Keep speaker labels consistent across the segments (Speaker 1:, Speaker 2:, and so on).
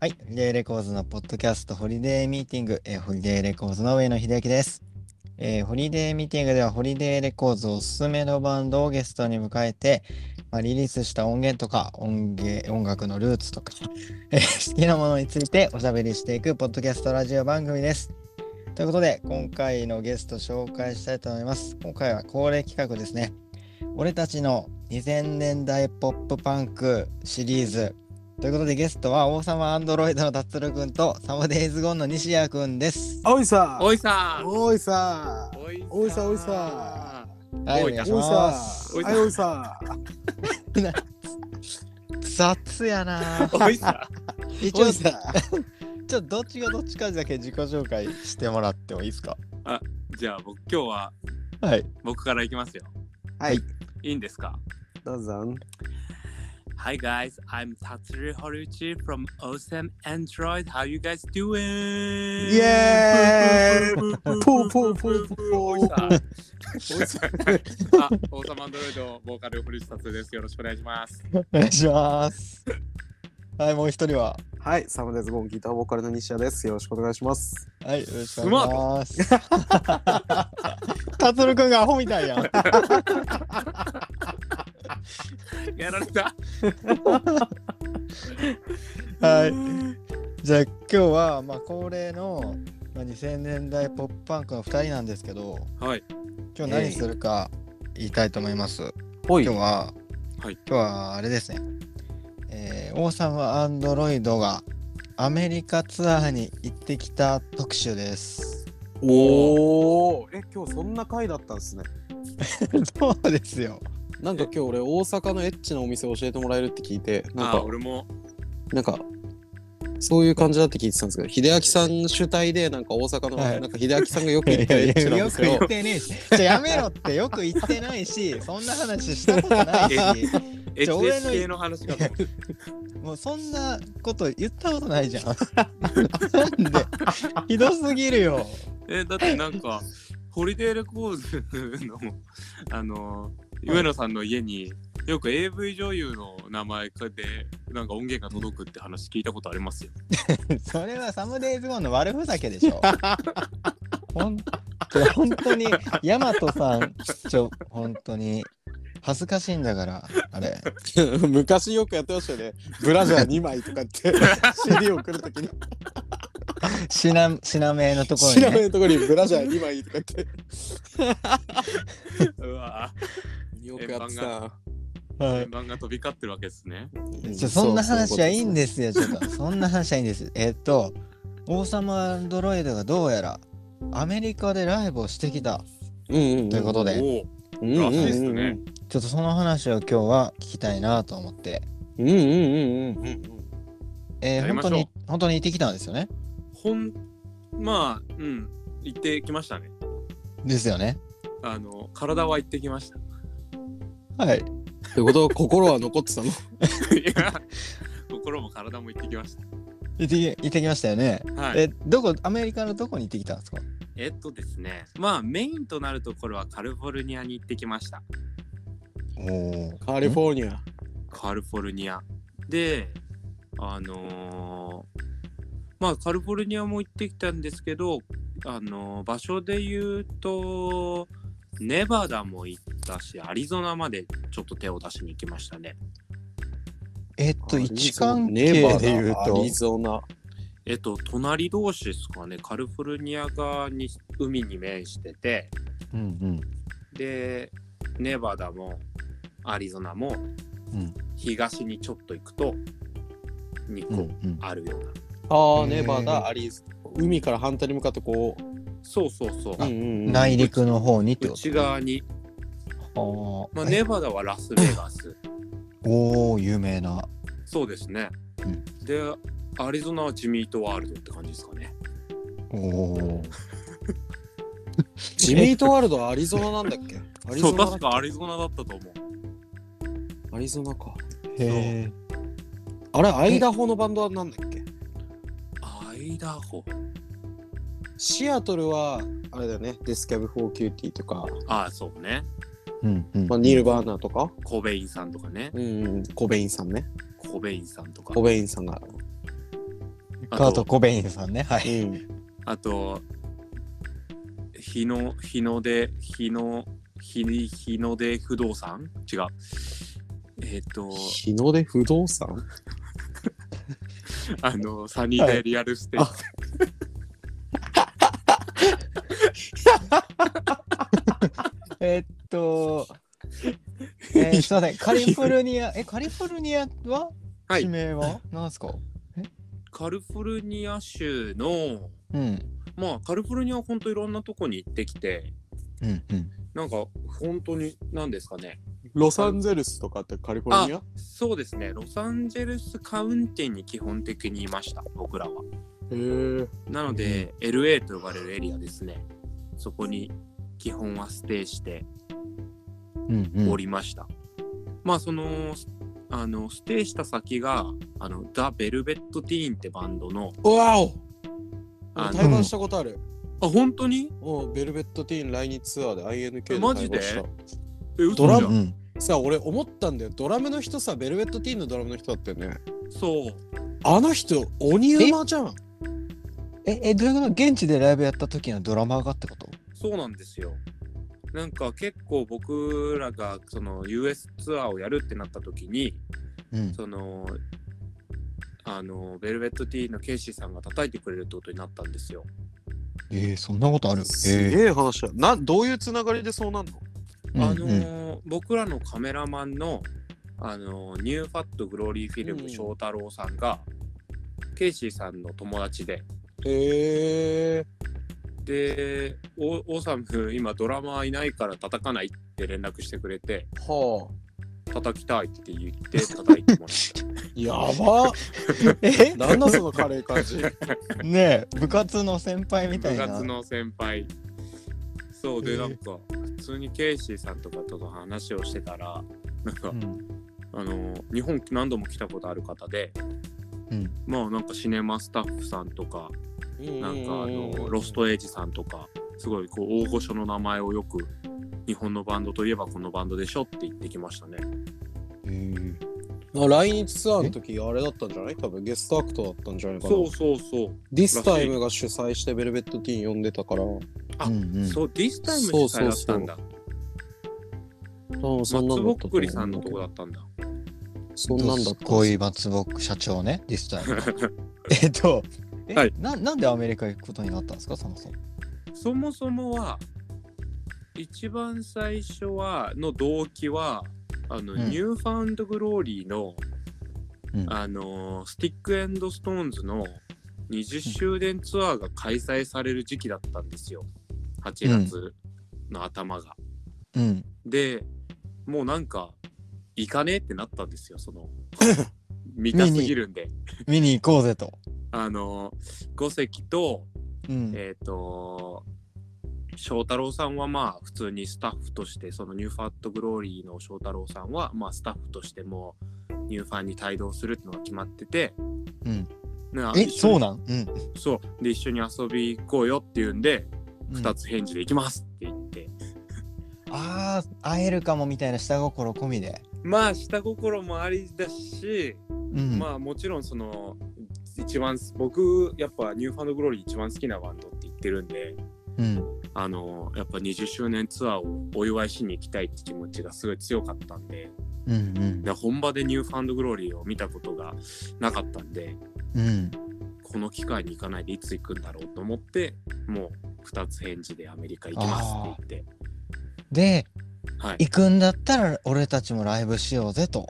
Speaker 1: はい。ホリデーレコーズのポッドキャスト、ホリデーミーティング、えーホリデーレコーズの上野秀明です、えーホリデーミーティングでは、ホリデーレコーズおすすめのバンドをゲストに迎えて、まあ、リリースした音源とか、音源、音楽のルーツとか、えー好きなものについておしゃべりしていく、ポッドキャストラジオ番組です。ということで、今回のゲスト紹介したいと思います。今回は恒例企画ですね。俺たちの2000年代ポップパンクシリーズということでゲストは王様アンドロイドの達郎くんとサムデイズゴンの西谷くんです。
Speaker 2: おいさ
Speaker 3: おいさー
Speaker 2: おいさ
Speaker 3: お
Speaker 2: おいさおいさ
Speaker 1: はい、お
Speaker 3: おい
Speaker 1: 願いし
Speaker 2: おい
Speaker 1: ま
Speaker 2: さ
Speaker 1: す。
Speaker 3: おいさ
Speaker 2: はいおいさ
Speaker 1: 雑や なぁ。
Speaker 3: おいさ
Speaker 1: 一
Speaker 2: お
Speaker 1: 応
Speaker 2: い
Speaker 1: ち
Speaker 2: さ
Speaker 1: ょっとどっちがどっちかだけ自己紹介してもらってもいいですか。
Speaker 3: じゃあ僕今日は
Speaker 1: はい。
Speaker 3: 僕からいきますよ
Speaker 2: はい
Speaker 3: いいんですか
Speaker 2: どうぞ
Speaker 3: Hi guys, I'm Tatsuru Horuchi from Awesome Android. How you guys doing?
Speaker 2: イエーイポーポーポーポー
Speaker 3: おいさーあ、王様アンドロイドボーカル堀内達です。よろしくお願いします。
Speaker 1: お願いします。はい、もう一人は。
Speaker 2: はいサムデズゴンギターボーカルの西谷ですよろしくお願いします
Speaker 1: はい、よろしくお願いします。達郎くんがアホみた いやん。
Speaker 3: やられた。
Speaker 1: はい。じゃあ今日はまあ恒例のまあ2000年代ポップパンクの2人なんですけど
Speaker 3: はい。
Speaker 1: 今日何するか言いたいと思います、
Speaker 2: お
Speaker 1: 今日は、
Speaker 3: はい
Speaker 1: 今日はあれですね、えー、王様アンドロイドがアメリカツアーに行ってきた特集です
Speaker 2: おおえ今日そんな回だったんですね
Speaker 1: そうですよ
Speaker 2: なんか今日俺大阪のエッチなお店教えてもらえるって聞いてなん
Speaker 3: あ、
Speaker 2: か
Speaker 3: 俺も。
Speaker 2: なんかそういう感じだって聞いてたんですけど秀明さん主体でなんか大阪の、
Speaker 1: はい
Speaker 2: なんか秀明さんがよく行ったエッチなお
Speaker 1: よく
Speaker 2: 店
Speaker 1: 言
Speaker 2: を
Speaker 1: ってねえしじゃやめろってよく言ってないしそんな話したことないしじゃあ俺の
Speaker 3: HSK の話かと思った
Speaker 1: もうそんなこと言ったことないじゃん なんでひどすぎるよ
Speaker 3: えだってなんかホリデーレコーズのあの上野さんの家によく AV 女優の名前でなんか音源が届くって話聞いたことありますよ。
Speaker 1: それはサムデイズゴーンの悪ふざけで しょ。ほん本当に、ヤマトさん、ちょ、本当に、恥ずかしいんだから、あれ。
Speaker 2: 昔よくやってましたよねブラジャー2枚とかって CD 送るときに
Speaker 1: 品、品名のところ
Speaker 2: 知
Speaker 1: に、
Speaker 2: らな
Speaker 1: ね。
Speaker 2: いところにブラジャー2枚とかって
Speaker 3: うわ
Speaker 2: よ
Speaker 3: くやってた
Speaker 1: は
Speaker 3: 円盤が飛び交ってるわけですね。
Speaker 1: いちょそんな話はいいんですよ、ちょっと。そんな話はいいんです。えっと、王様アンドロイドがどうやら、アメリカでライブをしてきた
Speaker 2: うんうんうん
Speaker 1: ということで、
Speaker 3: おお
Speaker 2: うんうんうん
Speaker 3: らしいっすね
Speaker 1: ちょっとその話を今日は聞きたいなと思って、
Speaker 2: うんうんうんうん
Speaker 1: えー
Speaker 3: やり
Speaker 1: 本
Speaker 3: ま
Speaker 1: 当
Speaker 3: しょう
Speaker 1: に、本当に行ってきたんですよね。
Speaker 3: ほんまあうん行ってきましたね。
Speaker 1: ですよね。
Speaker 3: あの体は行ってきま した。
Speaker 1: はい。
Speaker 2: ってことは心は残っ てたの
Speaker 3: いや心も体も行ってきまし
Speaker 1: 行ってき、行ってきましたよね。
Speaker 3: た。はい。
Speaker 1: えどこアメリカのどこに行ってきたんですか
Speaker 3: えっとですねまあメインとなるところはカリフォルニアに行ってきました。
Speaker 1: お
Speaker 2: カリフォルニア
Speaker 3: カリフォルニアであのーまあカリフォルニアも行ってきたんですけどあのー場所で言うとネバダも行ったしアリゾナまでちょっと手を出しに行きましたね
Speaker 1: えっと位置関係
Speaker 2: ネ
Speaker 1: で
Speaker 2: バダ
Speaker 1: 言う
Speaker 2: ア
Speaker 1: と
Speaker 2: リゾナ
Speaker 3: えっと隣同士ですかねカリフォルニア側に海に面してて
Speaker 1: うん
Speaker 3: でネバダもアリゾナも
Speaker 1: うん
Speaker 3: 東にちょっと行くと2
Speaker 1: うんう
Speaker 3: 個
Speaker 1: ん
Speaker 3: あるような、
Speaker 2: あ
Speaker 1: へー
Speaker 2: あネバダアリゾ海から反対に向かってこう
Speaker 3: そうそうそう、
Speaker 2: うんうんうん
Speaker 1: 内陸の方にってこと
Speaker 3: 内側に
Speaker 1: あー
Speaker 3: まあ、
Speaker 1: え
Speaker 3: ネバダはラスベガス。
Speaker 1: おお有名な
Speaker 3: そうですね。
Speaker 1: うん
Speaker 3: で、アリゾナはジミートワールドって感じですかね。
Speaker 1: おお
Speaker 2: ジミートワールドはアリゾナなんだっけアリ
Speaker 3: そ
Speaker 2: ゾ
Speaker 3: う、
Speaker 2: ナ
Speaker 3: 確かアリゾナだったと思う。
Speaker 2: アリゾナか
Speaker 1: へえ
Speaker 2: あれアイダホのバンドはなんだっけ
Speaker 3: アイダホ。
Speaker 2: シアトルはあれだよねデスキャブ・フォー・キューティーとか、
Speaker 3: ああ、そうね。
Speaker 1: うんうん
Speaker 2: まあ、ニール・バーナーとか、
Speaker 3: コベインさんとかね。
Speaker 2: うんうん、コベインさんね
Speaker 3: コベインさんとか
Speaker 2: コ。ベインさんが
Speaker 1: カート・コベインさんね。は
Speaker 2: う
Speaker 1: い。
Speaker 2: ん。
Speaker 3: あと、日の、日の出、日の、日に、日の出不動産違う。えっ、 と、
Speaker 2: 日の出不動産
Speaker 3: あの、サニー
Speaker 1: は
Speaker 3: デ
Speaker 1: い
Speaker 3: リアルステージ。
Speaker 1: えーっと、えー、すいません。カリフォルニア、え、カリフォルニアは、
Speaker 3: はい
Speaker 1: 地名は何すか
Speaker 3: カリフォルニア州の、
Speaker 1: うん。
Speaker 3: まあ、カリフォルニアは本当いろんなとこに行ってきて、
Speaker 1: うんうん。
Speaker 3: なんか、本当に、なんですかね。
Speaker 2: ロサンゼルスとかってカリフォルニア
Speaker 3: そうですね、ロサンゼルスカウンティに基本的にいました、僕らは。
Speaker 2: へえ。
Speaker 3: なので、LA と呼ばれるエリアですね。そこに基本はステイして
Speaker 1: うんうん、
Speaker 3: おりました。まあそのあのステイした先があのザ・ベルベット・ティーンってバンドの
Speaker 2: わお
Speaker 3: あ
Speaker 2: 対
Speaker 3: の
Speaker 2: バンしたことある。
Speaker 3: あ本当に
Speaker 2: うん、ベルベットティーン来日ツアーで INK で
Speaker 3: えマジで
Speaker 2: 対バンし
Speaker 3: え嘘
Speaker 2: ドラム
Speaker 1: う
Speaker 3: じ
Speaker 1: ん
Speaker 2: たさあ、俺思ったんだよ。ドラムの人さ、ベルベットティーンのドラムの人だったよね。
Speaker 3: ゃんそう
Speaker 2: あの人、鬼馬じゃん。
Speaker 1: え、え、どういうこと現地でライブやった時のドラマーがってこと
Speaker 3: そうなんですよ。なんか結構僕らがその US ツアーをやるってなった時に
Speaker 1: うん。
Speaker 3: そのあのベルベット・ティーンのケイシーさんが叩いてくれるってことになったんですよ。
Speaker 1: えー、そんなことある。
Speaker 2: す
Speaker 1: え
Speaker 2: げえ話だ。な、どういうつながりでそうなんの
Speaker 1: ー
Speaker 3: あの
Speaker 1: うんうん
Speaker 3: ー僕らのカメラマンの、あのーニューファットグローリーフィル
Speaker 2: うん
Speaker 3: ム翔太郎さんが、ケイシーさんの友達で
Speaker 2: へえ。
Speaker 3: でオオーサム今ドラマーいないから叩かないって連絡してくれて
Speaker 2: は
Speaker 3: 叩きたいって言って叩いてもらっ
Speaker 2: あ。やば。
Speaker 1: え
Speaker 2: なんだそのカレー感じ。
Speaker 1: ねえ、部活の先輩み
Speaker 3: た
Speaker 1: たい
Speaker 3: 部
Speaker 1: な。
Speaker 3: 活の先輩そう
Speaker 2: へ
Speaker 3: で
Speaker 2: え
Speaker 3: なんか普通にケイシーさんとかとの話をしてたらなんか、
Speaker 1: うん。
Speaker 3: あのー日本何度も来たことある方で
Speaker 1: うん。
Speaker 3: まあなんかシネマスタッフさんとかなんかあのロストエイジさんとかすごいこう大御所の名前をよく日本のバンドといえばこのバンドでしょって言ってきましたね。
Speaker 1: えー
Speaker 2: あ来日ツアーの時あれだったんじゃない多分ゲストアクトだったんじゃないかな
Speaker 3: そうそうそう。
Speaker 2: ディスタイムが主催してベルベットティーン呼んでたから
Speaker 3: あ
Speaker 1: うんうん
Speaker 3: そうディスタイム主催だったんだ。
Speaker 2: そうそんな
Speaker 3: 松
Speaker 2: ん
Speaker 3: ぼ
Speaker 2: だ
Speaker 3: っ
Speaker 2: った
Speaker 3: くりさんのとこだ
Speaker 2: っ
Speaker 3: ったんだ。
Speaker 2: そんなんだ
Speaker 1: ど
Speaker 2: っ
Speaker 1: す
Speaker 2: た
Speaker 1: こい松木社長ね、ディスタ イム。えっと、え、
Speaker 3: はい
Speaker 1: ななんでアメリカ行くことになったんですか、そもそも。
Speaker 3: そもそもは一番最初はの動機はあの、
Speaker 1: うん
Speaker 3: ニューファウンドグローリーの、
Speaker 1: うん
Speaker 3: あのスティックエンドストーンズの20周年ツアーが開催される時期だったんですよ8月の頭が。
Speaker 1: うん。
Speaker 3: でもうなんか行かねえってなったんですよ その見たすぎるんで。
Speaker 1: 見に行こうぜと。
Speaker 3: あの五関と
Speaker 1: うん。
Speaker 3: えっ、と、翔太郎さんはまあ普通にスタッフとして、そのニューファットグローリーの翔太郎さんはまあスタッフとしてもうニューファンに帯同するっていうのが決まってて、
Speaker 1: うん、
Speaker 3: な
Speaker 1: え、
Speaker 3: 一緒に
Speaker 1: そうなんうん。
Speaker 3: そう。で、一緒に遊び行こうよっていうんで、
Speaker 1: うん
Speaker 3: 二、つ返事で行きますって言って。
Speaker 1: ああ、会えるかもみたいな下心込みで。
Speaker 3: まあ下心もありだし、
Speaker 1: うん。
Speaker 3: まあもちろんその、一番僕やっぱニューファンドグローリー一番好きなバンドって言ってるんで、
Speaker 1: うん。
Speaker 3: あのやっぱ20周年ツアーをお祝いしに行きたいって気持ちがすごい強かったんで
Speaker 1: うんうん
Speaker 3: で本場でニューファンドグローリーを見たことがなかったんで
Speaker 1: うん。
Speaker 3: この機会に行かないでいつ行くんだろうと思ってもう2つ返事でアメリカ行きますって言って
Speaker 1: で、
Speaker 3: はい
Speaker 1: 行くんだったら俺たちもライブしようぜと。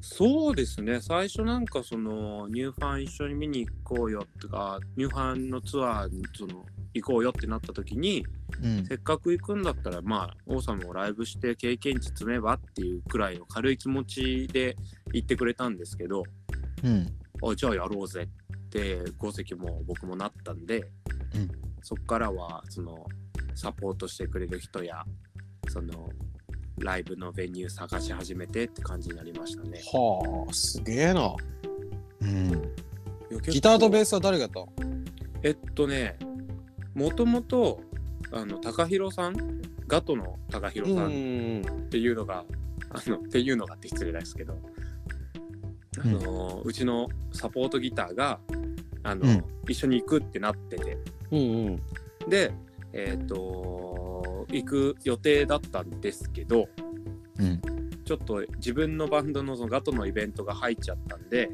Speaker 3: そうですね最初なんかそのニューファン一緒に見に行こうよとかニューファンのツアーにその行こうよってなった時に
Speaker 1: うん
Speaker 3: せ。っかく行くんだったらまあ王様をライブして経験値積めばっていうくらいの軽い気持ちで行ってくれたんですけど
Speaker 1: うん。
Speaker 3: あじゃあやろうぜって五関も僕もなったんで、
Speaker 1: うん
Speaker 3: そっからはそのサポートしてくれる人やそのライブのベニュー探し始めてって感じになりましたね。
Speaker 2: はあすげえな
Speaker 1: うん。
Speaker 2: ギターとベー
Speaker 3: ス
Speaker 2: スは誰がやったの
Speaker 3: えっとねもともとあの高弘さんガトの高弘さ
Speaker 2: ん
Speaker 3: んっていうのがあのっていうのがって失礼ですけど、あのうちのサポートギターがあの、
Speaker 1: うん
Speaker 3: 一緒に行くってなってて
Speaker 2: うんうん。
Speaker 3: でえっ、と行く予定だったんですけど
Speaker 1: うん。
Speaker 3: ちょっと自分のバンドのそのガトのイベントが入っちゃったんで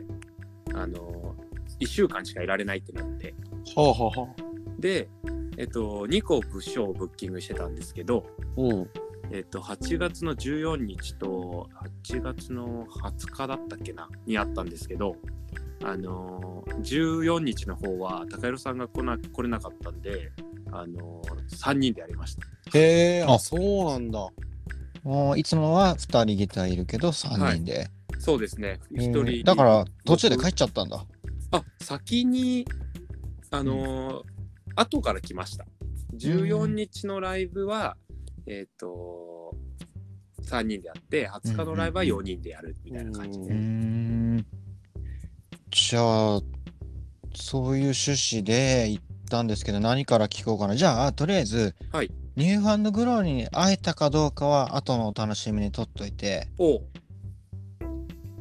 Speaker 3: あの1週間しかいられないってなって
Speaker 2: はあはあはあ。
Speaker 3: でえっ、と2個部署をブッキングしてたんですけど
Speaker 2: うん。
Speaker 3: えっと、8月の14日と8月の20日だったっけなにあったんですけど、あのー14日の方は高弘さんが来な来れなかったんで、あのー3人でやりました。
Speaker 2: へえ、あ、
Speaker 1: あ
Speaker 2: そうなんだ。
Speaker 1: もういつもは2人ギターいるけど3人で。
Speaker 3: そうですね、
Speaker 1: え
Speaker 3: 1
Speaker 1: ー
Speaker 3: 人、
Speaker 1: だから途中で帰っちゃったんだ。
Speaker 3: あ先に、あのー後から来ました。14日のライブは、えっ、と3人でやって、20日のライブは4人でやるみたいな感じで。
Speaker 1: うーん。じゃあ、そういう趣旨で行ったんですけど、何から聞こうかな。じゃあ、とりあえず、
Speaker 3: はい
Speaker 1: ニューファンドグローリーに会えたかどうかは後のお楽しみにとっといて、
Speaker 3: おう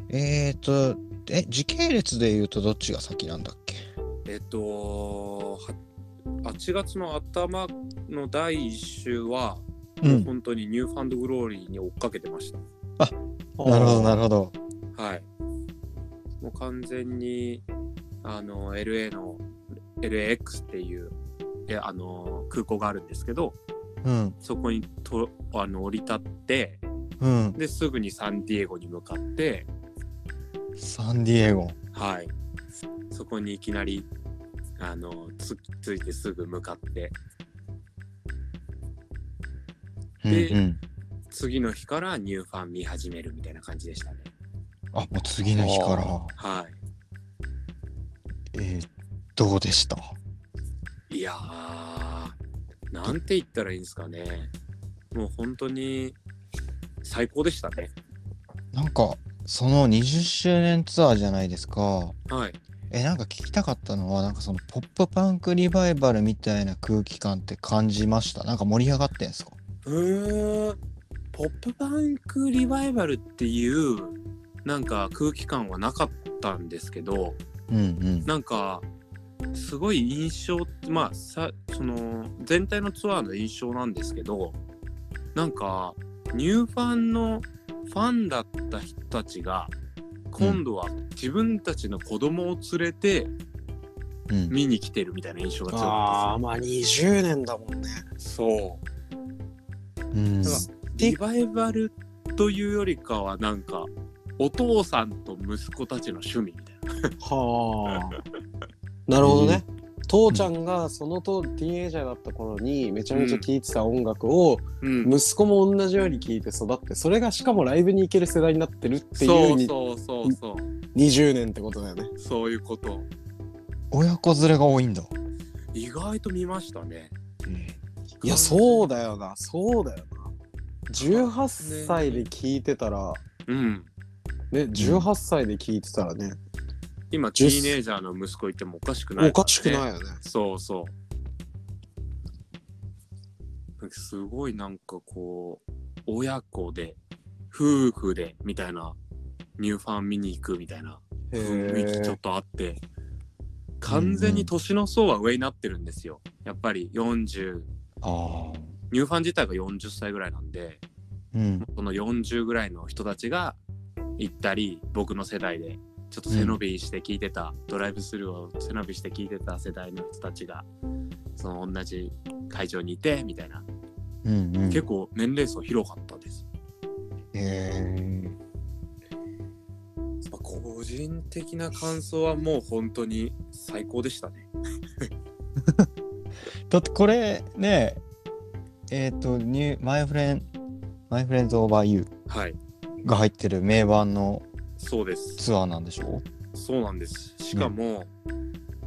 Speaker 1: えーと、え、時系列で言うとどっちが先なんだっけ
Speaker 3: えっと、は8月の頭の第1週は、もう。本当にニューファンドグローリーに追っかけてました。
Speaker 1: なるほど、なるほど。
Speaker 3: はい。もう完全に、あの、LA の、LAX っていう、えあの、空港があるんですけど、
Speaker 1: うん、
Speaker 3: そこにとあの降り立って、
Speaker 1: うん。
Speaker 3: で、すぐにサンディエゴに向かって、
Speaker 1: サンディエゴ。
Speaker 3: はい。そこにいきなり、あの、つついてすぐ向かって、
Speaker 1: うん、
Speaker 3: で
Speaker 1: うん。
Speaker 3: 次の日からニューファン見始めるみたいな感じでしたね。
Speaker 1: あ、もう次の日から。
Speaker 3: はい。
Speaker 1: えー、どうでした
Speaker 3: いやー、なんて言ったらいいんですかね。もう本当に最高でしたね。
Speaker 1: なんか、その20周年ツアーじゃないですか。
Speaker 3: はい。
Speaker 1: え、なんか聞きたかったのは、なんかそのポップパンクリバイバルみたいな空気感って感じました。なんか盛り上がってんすか
Speaker 3: うーん、ポップパンクリバイバルっていうなんか空気感はなかったんですけど、
Speaker 1: うんうん。
Speaker 3: なんかすごい印象、まあさ、その全体のツアーの印象なんですけど、なんかニューファンのファンだった人たちが今度は自分たちの子供を連れて、
Speaker 1: うん、
Speaker 3: 見に来てるみたいな印象が強
Speaker 2: あ
Speaker 3: か
Speaker 2: あ、
Speaker 3: っ
Speaker 2: まあ20年だもんね。
Speaker 3: たですよ。そう。
Speaker 1: うん、
Speaker 3: リバイバルというよりかはなんかお父さんと息子たちの趣味みたいな。
Speaker 2: はあ。なるほどね。父ちゃんがそのとティーンエイジャーだった頃にめちゃめちゃ聴いてた音楽を
Speaker 3: うん。
Speaker 2: 息子も同じように聴いて育ってそれがしかもライブに行ける世代になってるっていう
Speaker 3: そう
Speaker 2: に
Speaker 3: そうそうそ
Speaker 2: 20年ってことだよね。
Speaker 3: う。そういうこと。
Speaker 1: 親子連れが多いんだ。
Speaker 3: 意外と見ましたね。
Speaker 2: いやそうだよなそうだよな。18歳で聴いてたら、
Speaker 3: うん。
Speaker 2: ね、18歳で聴いてたらね、
Speaker 3: 今テ
Speaker 2: 10
Speaker 3: ィーネイジャーの息子いてもおかしくない、
Speaker 2: おかしくない
Speaker 3: い。
Speaker 2: よね。
Speaker 3: そうそう。すごいなんかこう親子で夫婦でみたいなニューファン見に行くみたいな。雰囲気ちょっとあって完全に年の層は上になってるんですよやっぱり40
Speaker 1: ああ。
Speaker 3: ニューファン自体が40歳ぐらいなんで
Speaker 1: うん。
Speaker 3: その40ぐらいの人たちが行ったり僕の世代でちょっと背伸びして聞いてた、ドライブスルーを背伸びして聞いてた世代の人たちがその同じ会場にいてみたいな、
Speaker 1: うんうん。
Speaker 3: 結構年齢層広かったです
Speaker 1: えー
Speaker 3: まあ個人的な感想はもう本当に最高でしたね
Speaker 1: だってこれね、えっ、ー、と、ニュー、マイフレン、マイフレンズオーバーユ
Speaker 3: はい
Speaker 1: ーが入ってる名盤の
Speaker 3: そうです
Speaker 1: ツアーなんでしょ
Speaker 3: そうなんです。しかも、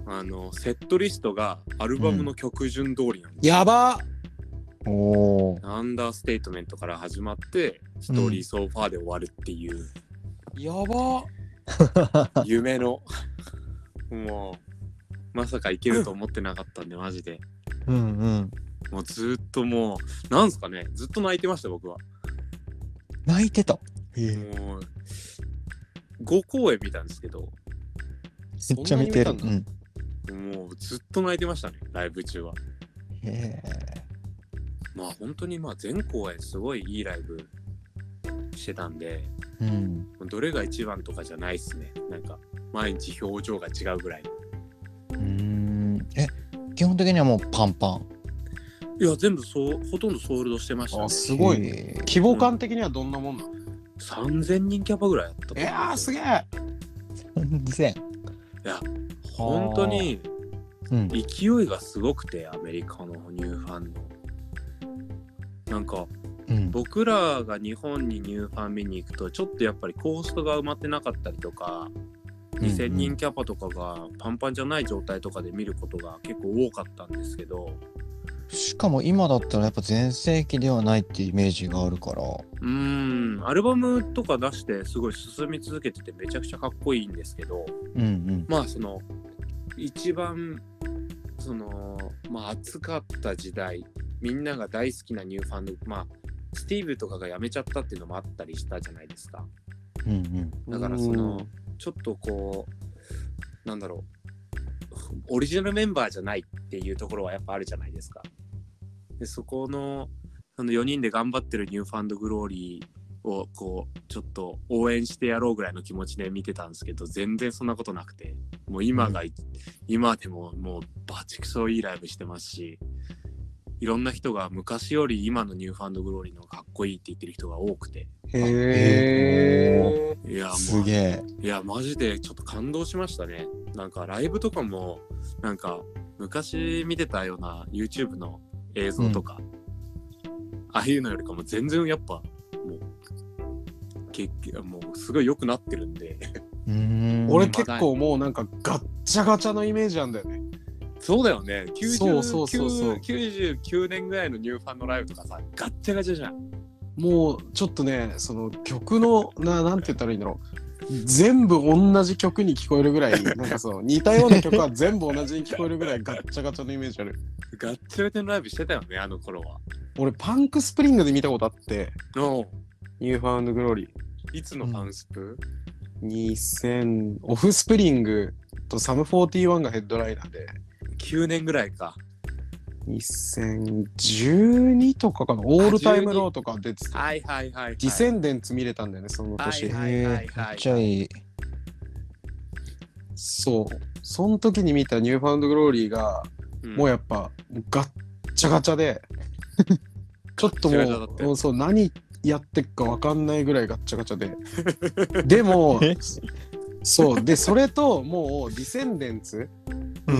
Speaker 3: あのセットリストがアルバムの曲順通りなんです。
Speaker 2: やば
Speaker 1: おおー。
Speaker 3: アンダーステートメントから始まって、ストーリーソーファーで終わるっていう、
Speaker 2: やば
Speaker 3: 夢の、 もう、まさかいけると思ってなかったんで、マジで。
Speaker 1: うんうん。
Speaker 3: もうずっともう、なんすかね、ずっと泣いてました、僕は。
Speaker 1: 泣いてた。
Speaker 3: もう、5公演見たんですけど、
Speaker 1: めっちゃ見てる。
Speaker 2: そんなに見たんだ
Speaker 1: うん
Speaker 3: もうずっと泣いてましたねライブ中は
Speaker 1: へ
Speaker 3: まあ本当にまあ全公演すごいいいライブしてたんで
Speaker 1: え。うん。
Speaker 3: どれが一番とかじゃないっすねなんか毎日表情が違うぐらいう
Speaker 1: ーん。え、基本的にはもうパンパン。
Speaker 3: いや全部そうほとんどソールドしてましたね
Speaker 2: あすごいね
Speaker 1: へえ
Speaker 2: 規模感的にはどんなもんなの
Speaker 3: 3000人キャパぐらいやったと思う
Speaker 2: いやーすげえ
Speaker 1: 全然。
Speaker 3: 本当に
Speaker 1: うん。
Speaker 3: 勢いがすごくてアメリカのニューファンのなんか
Speaker 1: うん。
Speaker 3: 僕らが日本にニューファン見に行くとちょっとやっぱりコーストが埋まってなかったりとか2000人キャパとかがパンパンじゃない状態とかで見ることが結構多かったんですけど
Speaker 1: しかも今だったらやっぱ全盛期ではないってイメージがあるから。
Speaker 3: うーんアルバムとか出してすごい進み続けててめちゃくちゃかっこいいんですけど
Speaker 1: うんうん。
Speaker 3: まあその一番そのまあ暑かった時代みんなが大好きなニューファンドまあスティーブとかが辞めちゃったっていうのもあったりしたじゃないですか。
Speaker 1: うん
Speaker 3: だからそのちょっとこうなんだろうオリジナルメンバーじゃないっていうところはやっぱあるじゃないですか。でそこのその4人で頑張ってるニューファンドグローリーをこうちょっと応援してやろうぐらいの気持ちで見てたんですけど全然そんなことなくてもう今がい、今でももうバチクソいいライブしてますしいろんな人が昔より今のニューファンドグローリーの方がかっこいいって言ってる人が多くて
Speaker 2: へ
Speaker 1: うん。
Speaker 2: え
Speaker 3: いやもう
Speaker 1: すげえ。
Speaker 3: いやマジでちょっと感動しましたねなんかライブとかもなんか昔見てたような YouTube の映像とか、ああいうのよりかも全然やっぱもう結局もうすごい良くなってるんで
Speaker 1: うーん。
Speaker 2: 俺結構もうなんかガッチャガチャのイメージなんだよね
Speaker 3: そうだよね90
Speaker 2: そうそうそうそう
Speaker 3: 99年ぐらいのニューファンのライブとかさガッチャガチャじゃん
Speaker 2: もうちょっとねその曲のななんて言ったらいいんだろう全部同じ曲に聞こえるぐら いなんかそう似たような曲は全部同じに聞こえるぐらいガッチャガチャのイメージある
Speaker 3: ガッチャガチャのライブしてたよねあの頃は
Speaker 2: 俺パンクスプリングで見たことあって
Speaker 3: の
Speaker 2: ニューファウンドグローリー
Speaker 3: いつのファンスプ、
Speaker 2: 2000オフスプリングとサム41がヘッドライナーで
Speaker 3: ?9 年ぐらいか
Speaker 2: 2012とかかなオールタイムローとか出てて
Speaker 3: はいはいはい、はい、
Speaker 2: ディセンデンツ見れたんだよねその年、
Speaker 3: はい
Speaker 1: へえ
Speaker 3: はいはい
Speaker 1: めっちゃいい。
Speaker 2: そうその時に見たニューファウンドグローリーが
Speaker 3: うん
Speaker 2: もうやっぱガッチャガチャ でちょっとも
Speaker 3: ガッチャガチャだった
Speaker 2: う
Speaker 3: よ
Speaker 2: うんそう何やってっか分かんないぐらいガッチャガチャで でも
Speaker 1: え
Speaker 2: そうでそれともうディセンデンツ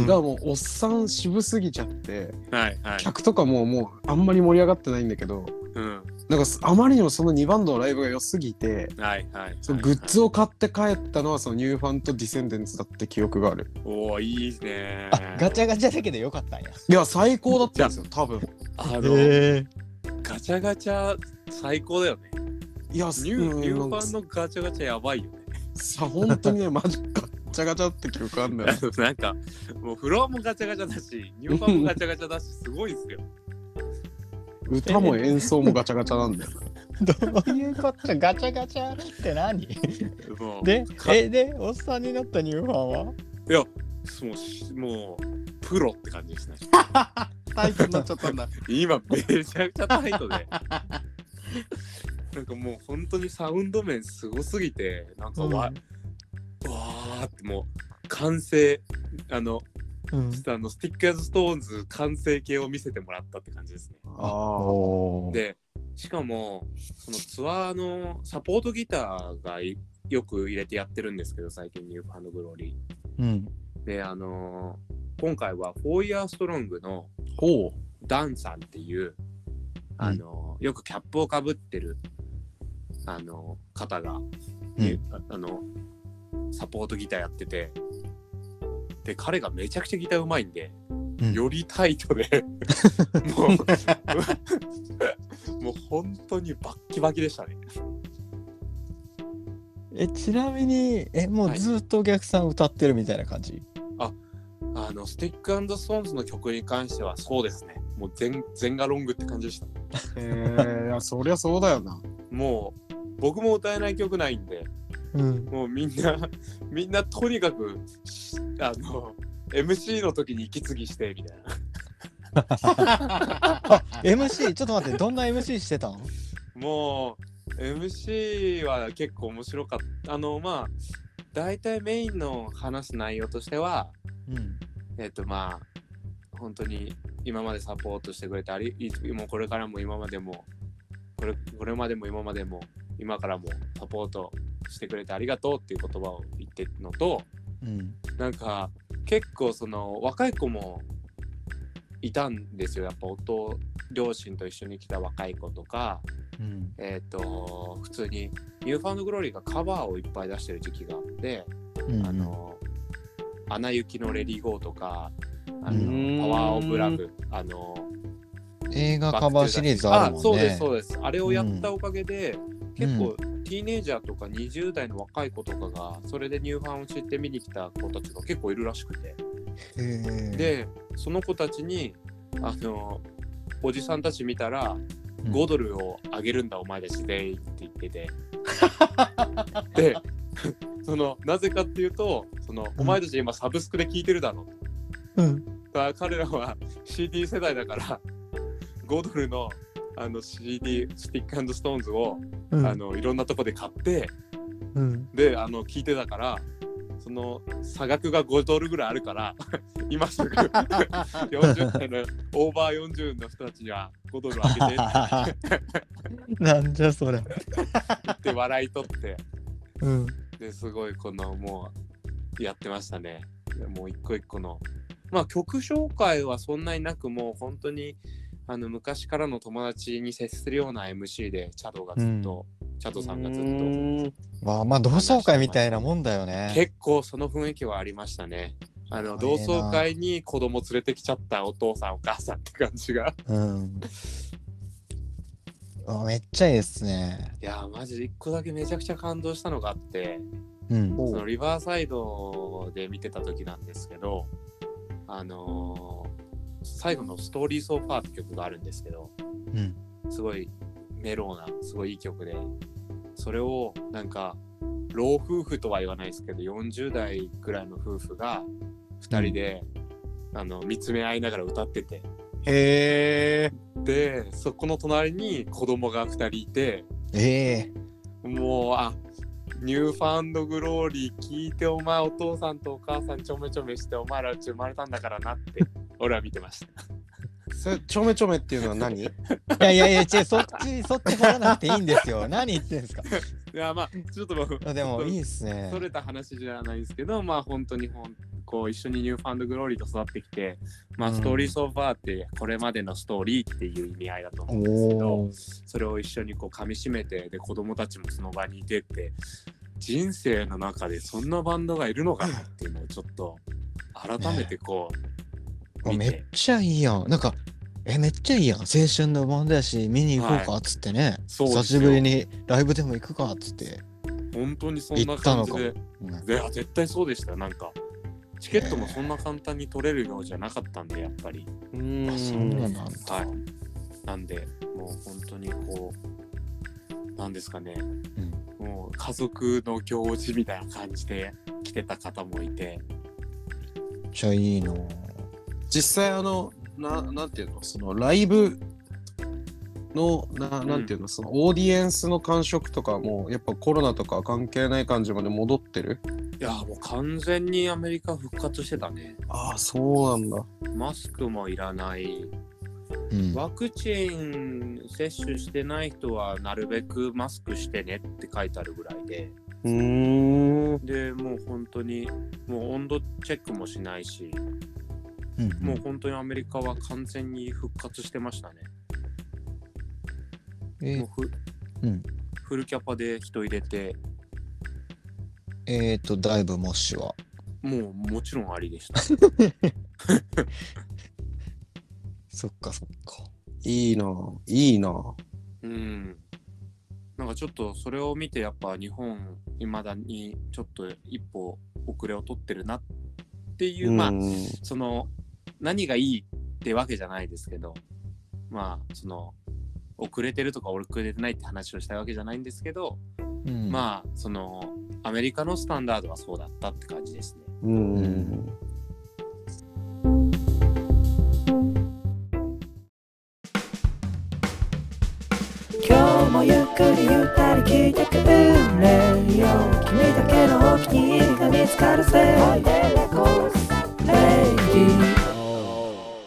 Speaker 2: がもうおっさん渋すぎちゃって、
Speaker 3: はいはい
Speaker 2: 客とかももうあんまり盛り上がってないんだけど
Speaker 3: うん
Speaker 2: なんかすあまりにもその2バンドのライブが良すぎて
Speaker 3: はいはいはい。
Speaker 2: そのグッズを買って帰ったのはそのニューファンとディセンデンツだって記憶がある
Speaker 3: おお、いいね。
Speaker 1: あ、ガチ
Speaker 3: ャ。
Speaker 1: ャガチャだけどよかったんや。
Speaker 2: いや最高だったんですよ多分
Speaker 3: あの、
Speaker 1: え
Speaker 3: ガチャガチャ最高だよね。
Speaker 2: いや
Speaker 3: ニュー、ニューファン
Speaker 2: の
Speaker 3: のガチャガチャやばいよね。
Speaker 2: さ本当にねマ ジガッチャガチャって記憶あんだよ
Speaker 3: なんか、もうフロアもガチャガチャだし、ニューファンもガチャガチャだし、すごいですよ。
Speaker 2: 歌も演奏もガチャガチャなんだよ
Speaker 1: どういうことガチャガチャって何
Speaker 3: もう、
Speaker 1: で
Speaker 3: か
Speaker 1: えでおっさんになったニューファンは
Speaker 3: もうし、もう、プロって感じですね。
Speaker 2: タイトになっちゃったんだ
Speaker 3: 今、めちゃくちゃタイトで。なんかもう本当にサウンド面すごすぎてなんかわ,、わーってもう完成あの
Speaker 1: うんうん
Speaker 3: あのスティックアズストーンズ完成形を見せてもらったって感じですね。
Speaker 2: あ
Speaker 1: おー
Speaker 3: でしかもそのツアーのサポートギターがいよく入れてやってるんですけど最近ニューファンドグローリ
Speaker 1: うん
Speaker 3: ー。であのー今回は「フォーイヤーストロング」の
Speaker 2: ほう
Speaker 3: ダンさんっていう、あのーよくキャップをかぶってる、あのー方が、
Speaker 1: うん
Speaker 3: ああのサポートギターやっててで彼がめちゃくちゃギターうまいんで。
Speaker 1: うん
Speaker 3: よりタイト でもうもう本当にバッキバキでしたね
Speaker 1: えちなみにえもう
Speaker 3: はい
Speaker 1: ずっとお客さん歌ってるみたいな感じ、
Speaker 3: あのスティックストーンズの曲に関してはそうですねもう全全がロングって感じでした
Speaker 2: えー、いやそりゃそうだよな
Speaker 3: もう僕も歌えない曲ないんで
Speaker 1: うん
Speaker 3: もうみんなみんなとにかくしあの MC の時に息継ぎしてみたいな
Speaker 1: あ MC ちょっと待ってどんな MC してたん
Speaker 3: もう MC は結構面白かったあのまあ大体メインの話す内容としては
Speaker 1: うん
Speaker 3: えっ、とまあ本当に今までサポートしてくれてありいもうこれからも今までもこれこれまでも今までも今からもサポートしてくれてありがとうっていう言葉を言ってるのと
Speaker 1: うん
Speaker 3: なんか結構その若い子もいたんですよやっぱお父両親と一緒に来た若い子とか
Speaker 1: うん
Speaker 3: えっ、と普通にニューファウンドグローリーがカバーをいっぱい出してる時期があって、
Speaker 1: うん
Speaker 3: あの「アナ雪のレディーゴー」とか「あの
Speaker 2: うん
Speaker 3: パワー・オブ・ラブ」あの
Speaker 1: 映画
Speaker 3: バック
Speaker 1: カバーシリーズあるもんね
Speaker 3: そうですそうですあれをやったおかげで、結構ティーネイジャーとか20代の若い子とかがそれでニューファンを知って見に来た子たちが結構いるらしくて、
Speaker 1: へー
Speaker 3: でその子たちにあのおじさんたち見たら
Speaker 1: うん
Speaker 3: 5ドルをあげるんだお前たち全員って言っ ててで そのなぜかっていうとその、
Speaker 1: ん
Speaker 3: お前たち今サブスクで聞いてるだろ
Speaker 1: うん
Speaker 3: だから彼らは CD 世代だから5ドルのあの CD スティックストーンズを、
Speaker 1: うん
Speaker 3: あのいろんなとこで買って
Speaker 1: うん
Speaker 3: であの聞いてたからその差額が5ドルぐらいあるから 今すぐ40代のオーバー40の人たちには5ドルをあげてっ て
Speaker 1: なんじゃそれ
Speaker 3: 言って笑い取って
Speaker 1: うん
Speaker 3: ですごいこのもうやってましたねでもう一個一個のまあ曲紹介はそんなになくもう本当にあの昔からの友達に接するような MC でチャドがずっと、チャドさんがずっと
Speaker 1: まあまあ同窓会みたいなもんだよね
Speaker 3: 結構その雰囲気はありましたねあの
Speaker 1: すご
Speaker 3: 同
Speaker 1: いな
Speaker 3: 窓会に子供連れてきちゃったお父さんお母さんって感じが
Speaker 1: うんあめっちゃいいですね
Speaker 3: いやーマジで一個だけめちゃくちゃ感動したのがあって
Speaker 1: うん
Speaker 2: お
Speaker 3: そのリバーサイドで見てた時なんですけど、あのー最後の「ストーリー・ソーファー」って曲があるんですけど
Speaker 1: うん
Speaker 3: すごいメローなすごいいい曲でそれをなんか老夫婦とは言わないですけど40代ぐらいの夫婦が2人で、あの見つめ合いながら歌ってて
Speaker 2: へえ。
Speaker 3: でそこの隣に子供が2人いて
Speaker 1: ええ
Speaker 3: もうあニューファンドグローリー聞いてお前お父さんとお母さんちょめちょめしてお前らうち生まれたんだからなって俺は見てました
Speaker 2: それちょめちょめっていうのは何？
Speaker 1: いやいやいや、違う、そっち、そっち掘らなくていいんです よ。何言ってんすか。
Speaker 3: いやまあちょっ と僕
Speaker 1: で も、いい
Speaker 3: い
Speaker 1: っすね
Speaker 3: そ。れた話じゃないですけどまあ本当にほんこう一緒にニューファンドグローリーと育ってきてま
Speaker 1: う
Speaker 3: あ
Speaker 1: ん
Speaker 3: ストーリーソーファーってこれまでのストーリーっていう意味合いだと思うんですけど
Speaker 1: おー
Speaker 3: それを一緒にこう噛みしめてで子供たちもその場にいてって人生の中でそんなバンドがいるのかなっていうのをちょっと改めてこう、
Speaker 1: あ
Speaker 3: 見
Speaker 1: めってちゃいいやん。なんか、え、めっちゃいいやん。青春のバンドやし、見に行こうかっつってね。
Speaker 3: そう
Speaker 1: 久
Speaker 3: です
Speaker 1: し
Speaker 3: よ
Speaker 1: ぶりにライブでも行くかっつって。
Speaker 3: 本当にそんな感じで
Speaker 1: うん
Speaker 3: いや絶対そうでしたなんかチケットもそんな簡単に取れるようじゃなかったんでやっぱり
Speaker 2: うーん
Speaker 1: あ、そうなんだ。
Speaker 3: はいなんでもう本当にこうなんですかね、もう家族の行事みたいな感じで来てた方もいて
Speaker 1: めっちゃいいの。
Speaker 2: 実際あのななんていうのそのライブのななんていうの、そのオーディエンスの感触とかもやっぱコロナとか関係ない感じまで戻ってる
Speaker 3: いやもう完全にアメリカ復活してたね
Speaker 2: ああそうなんだ
Speaker 3: マスクもいらない
Speaker 1: うん。
Speaker 3: ワクチン接種してない人はなるべくマスクしてねって書いてあるぐらいで
Speaker 2: うーん
Speaker 3: でもう本当にもう温度チェックもしないし
Speaker 1: うん
Speaker 3: もう本当にアメリカは完全に復活してましたね
Speaker 1: え
Speaker 3: もうフ,、
Speaker 1: うん
Speaker 3: フルキャパで人入れて
Speaker 1: えーと、だいぶもしは。
Speaker 3: もうもちろんありでした
Speaker 1: そっかそっか。
Speaker 2: いいないいな
Speaker 3: うんなんかちょっとそれを見てやっぱ日本いまだにちょっと一歩遅れを取ってるなっていう、まあ
Speaker 2: うん
Speaker 3: その何がいいってわけじゃないですけどまあその遅れてるとか遅れてないって話をしたいわけじゃないんですけど、
Speaker 1: うん。
Speaker 3: まあそのアメリカのスタンダードはそうだったって感じですね。
Speaker 2: うん
Speaker 1: うん
Speaker 4: りゆったり聞いてくれよ君だけのお気に入りが見つかるぜレイディー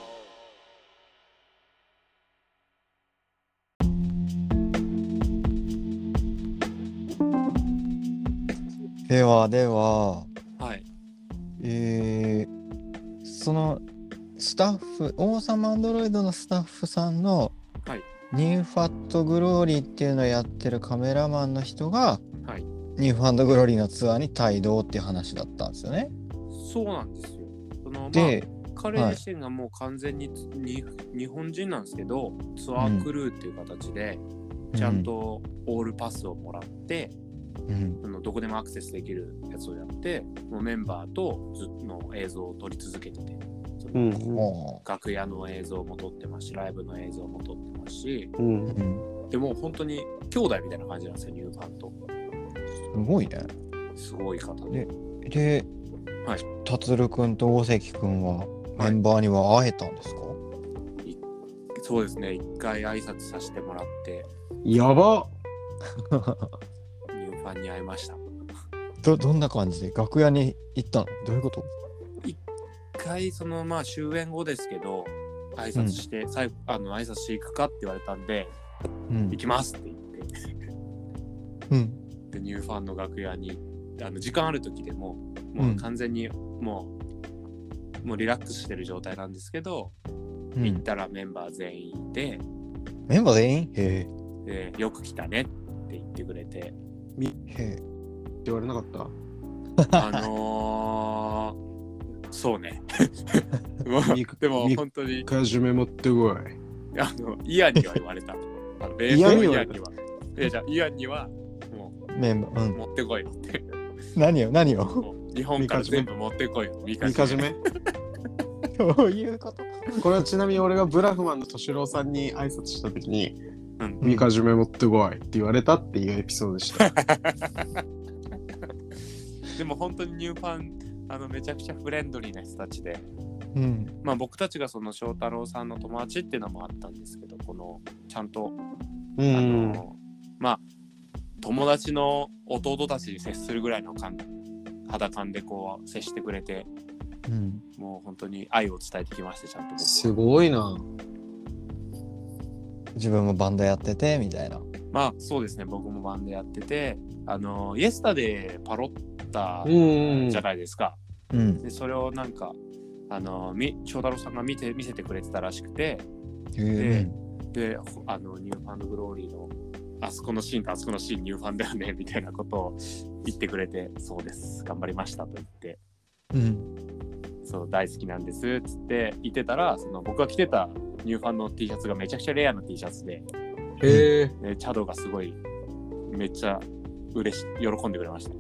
Speaker 1: ではでは、
Speaker 3: はい。
Speaker 1: えーそのスタッフ王様アンドロイドのスタッフさんの、
Speaker 3: はい
Speaker 1: ニューファットグローリーっていうのをやってるカメラマンの人が、
Speaker 3: はい
Speaker 1: ニューファットグローリーのツアーに帯同っていう話だったんですよね。
Speaker 3: そうなんですよ。そのまあ、
Speaker 1: で、
Speaker 3: 彼自身がもう完全に,に、日本人なんですけど、ツアークルーっていう形で、ちゃんとオールパスをもらって、
Speaker 1: うん、
Speaker 3: あのどこでもアクセスできるやつをやって、もうメンバーとずっとの映像を撮り続けてて、その
Speaker 2: うん
Speaker 1: も
Speaker 3: 楽屋の映像も撮ってますし、ライブの映像も撮ってますし、
Speaker 2: うん
Speaker 1: う、うん、
Speaker 3: でもう本当に兄弟みたいな感じなんですよ、ニューファンと。
Speaker 1: すごいね。
Speaker 3: すごい方
Speaker 1: ね
Speaker 3: で。
Speaker 1: で、
Speaker 3: はい
Speaker 1: 達郎君と大関君はメンバーには会えたんですか、
Speaker 3: そうですね、一回挨拶させてもらって、
Speaker 2: やば
Speaker 3: ニューファンに会いました。
Speaker 1: どどんな感じで楽屋に行ったのどういうこと
Speaker 3: 一回そのまあ終演後ですけど挨拶して、最後あの挨拶していくかって言われたんで、
Speaker 1: うん
Speaker 3: 行きますって言って
Speaker 1: うん
Speaker 3: でニューファンの楽屋にあの時間ある時でも
Speaker 1: う
Speaker 3: も
Speaker 1: ん
Speaker 3: う完全にもう,、もうリラックスしてる状態なんですけど、
Speaker 1: う
Speaker 3: 行っ
Speaker 1: ん、
Speaker 3: たらメンバー全員で
Speaker 1: メンバー全員へ
Speaker 3: でよく来たねって言ってく れて
Speaker 1: えへ
Speaker 2: って言われなかった
Speaker 3: あのー、そ うねもうでも本当に
Speaker 2: 一回締め持ってこい。
Speaker 3: あの、イアンには言われた。あのベー ス
Speaker 2: イアン
Speaker 3: の
Speaker 2: に
Speaker 3: イ
Speaker 2: は
Speaker 3: アンには。いやじゃあイアンには、も
Speaker 1: えメンバーう
Speaker 3: う、
Speaker 1: ん
Speaker 3: 持ってこいよって。
Speaker 1: 何よ何よ
Speaker 3: もう日本から全部持ってこいよ。み
Speaker 2: みかじめ
Speaker 1: どういうこと
Speaker 2: これはちなみに俺がブラフマンの敏郎さんに挨拶した時に
Speaker 3: うん
Speaker 2: 「みかじめ持ってこい」って言われたっていうエピソードでした。
Speaker 3: でも本当にニューファン、あの、めちゃくちゃフレンドリーな人たちで。
Speaker 1: うん
Speaker 3: まあ僕たちがその翔太郎さんの友達っていうのもあったんですけど、この、ちゃんと、
Speaker 2: う
Speaker 3: あ
Speaker 2: ん
Speaker 3: の、まあ、友達の弟たちに接するぐらいの感肌感でこう接してくれて、
Speaker 1: うん
Speaker 3: もう本当に愛を伝えてきまして、ちゃんと僕は。
Speaker 2: すごいな。
Speaker 1: 自分もバンドやっててみたいな
Speaker 3: まあそうですね僕もバンドやっててあのイエスタでパロッタ
Speaker 2: うん
Speaker 3: じゃないですか、
Speaker 1: うん
Speaker 3: でそれをなんかあのみ長太郎さんが見て見せてくれてたらしくて
Speaker 1: へえ
Speaker 3: であのニューファンドグローリーのあそこのシーンとあそこのシーンニューファンだよねみたいなことを言ってくれてそうです頑張りましたと言って
Speaker 1: うん
Speaker 3: そう大好きなんですっつって言ってたらその僕が着てたニューファンの T シャツがめちゃくちゃレアな T シャツで
Speaker 2: へえ。
Speaker 3: でチャドがすごいめっちゃ嬉し喜んでくれました。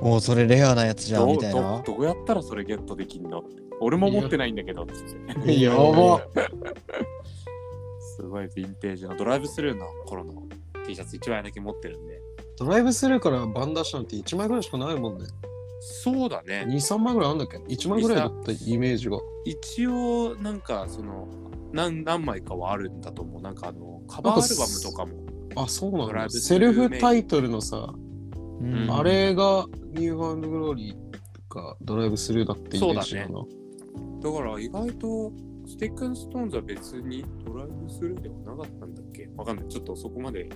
Speaker 1: おーそれレアなやつじゃん
Speaker 3: どう
Speaker 1: みたいな
Speaker 3: どどうやったらそれゲットできんのって俺も持ってないんだけどっつって
Speaker 2: やば。
Speaker 3: すごいヴィンテージのドライブスルーの頃の T シャツ1枚だけ持ってるんで
Speaker 2: ドライブスルーからバンダッシュなんて1枚ぐらいしかないもんね。
Speaker 3: そうだね
Speaker 2: 2、3枚ぐらいあんだっけ ?1 枚ぐらいだったイメージが。
Speaker 3: 一応なんかその何何枚かはあるんだと思うなんかあのカバーアルバムとかも
Speaker 2: あ、そうな
Speaker 3: ドライ
Speaker 2: んだ。
Speaker 3: ブスルー
Speaker 2: セルフタイトルのさ、
Speaker 1: うん
Speaker 2: あれがニューファンドグローリーがドライブスルーだってイメージだな。
Speaker 3: だから意外とスティックストーンズは別にドライブスルーではなかったんだっけわかんないちょっとそこまで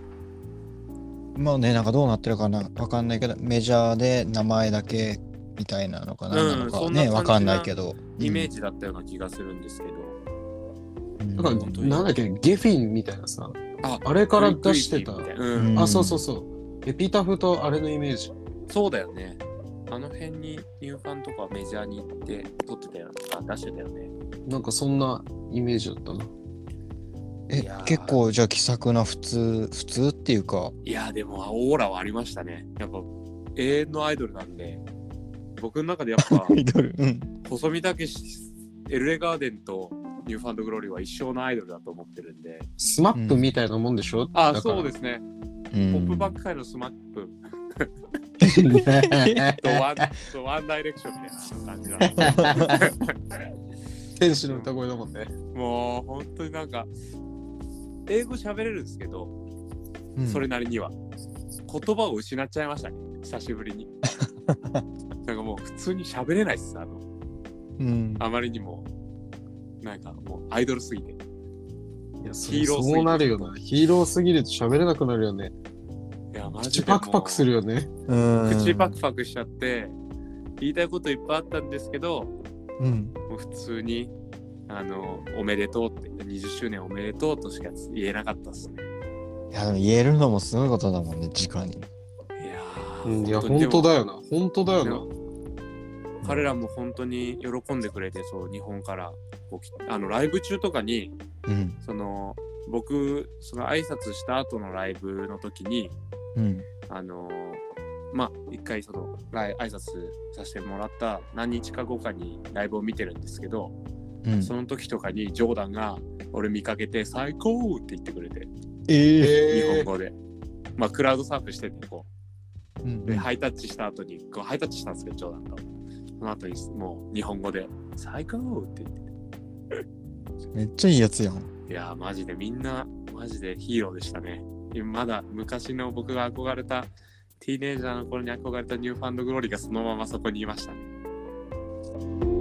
Speaker 1: まあねなんかどうなってるかなわかんないけどメジャーで名前だけみたいなのかな,、
Speaker 3: うん
Speaker 1: なの
Speaker 3: そ
Speaker 1: か
Speaker 3: んな感
Speaker 1: ね
Speaker 3: じな
Speaker 1: わかんないけど
Speaker 3: イメージだったような気がするんですけど、
Speaker 1: うん
Speaker 2: だから
Speaker 3: 本当に
Speaker 2: なんだっけゲフィンみたいなさ
Speaker 3: あ
Speaker 2: あれから出してた
Speaker 3: クイックイッキーみいなうん
Speaker 1: うん
Speaker 2: あそうそうそうエピタフとあれのイメージ
Speaker 3: そうだよね。あの辺にニューファンとかメジャーに行って撮ってたよあ出してたよね。
Speaker 2: なんかそんなイメージだったな
Speaker 1: え
Speaker 3: いやー
Speaker 1: 結構じゃあ気さくな普通普通っていうか
Speaker 3: いやーでもオーラはありましたね。やっぱ永遠のアイドルなんで僕の中でやっ ぱ
Speaker 1: ドルうん
Speaker 3: 細見武史 LA ガーデンとニューファンドグローリーは一生のアイドルだと思ってるんで。
Speaker 2: スマップみたいなもんでしょ、
Speaker 3: あ
Speaker 2: だから
Speaker 3: そうですね。
Speaker 1: ポ
Speaker 3: ポップバック界のスマッ プとワンとワンダイレクションみたいな感じなんで。
Speaker 2: 天使の歌声だもんね
Speaker 3: もう本当になんか英語喋れるんですけど
Speaker 1: うん
Speaker 3: それなりには言葉を失っちゃいましたね久しぶりになんかもう普通に喋れないっすあの
Speaker 1: うん。
Speaker 3: あまりにもなんかもうアイドルすぎて
Speaker 2: いやそ
Speaker 3: ヒーローすぎる
Speaker 2: うなるよな。ヒーローすぎると喋れなくなるよね。
Speaker 3: いやマジ
Speaker 2: 口
Speaker 3: でも
Speaker 2: パ
Speaker 3: う
Speaker 2: クパクするよね。
Speaker 1: うん
Speaker 3: 口パクパクしちゃって言いたいこといっぱいあったんですけど
Speaker 1: うん。
Speaker 3: もう普通にあのおめでとうって20周年おめでとうとしか言えなかったっすね
Speaker 1: いや、でも言えるのもすごいことだもんね、直に。
Speaker 3: いやー
Speaker 2: うん、いや、
Speaker 3: に
Speaker 2: 本当だよな。本当だよな。
Speaker 3: 彼らも本当に喜んでくれてそう日本からこうきあのライブ中とかに
Speaker 1: うん。
Speaker 3: その僕その挨拶した後のライブの時に
Speaker 1: うん。
Speaker 3: あのーまあ一回そのライ挨拶させてもらった何日か後かにライブを見てるんですけど、
Speaker 1: うん、
Speaker 3: その時とかにジョーダンが俺見かけて最高って言ってくれて
Speaker 1: ええ
Speaker 3: 日
Speaker 2: えー、
Speaker 3: 本語で、まあクラウドサーフしててこう
Speaker 1: うん
Speaker 3: で、ハイタッチした後に、こうハイタッチしたんですけど、冗談と。その後に、もう日本語で、最高って言っ
Speaker 1: めっちゃいいやつやん。
Speaker 3: て。いやー、マジでみんな、マジでヒーローでしたね。まだ昔の僕が憧れた、ティーネイジャーの頃に憧れたニューファンドグローリーがそのままそこにいましたね。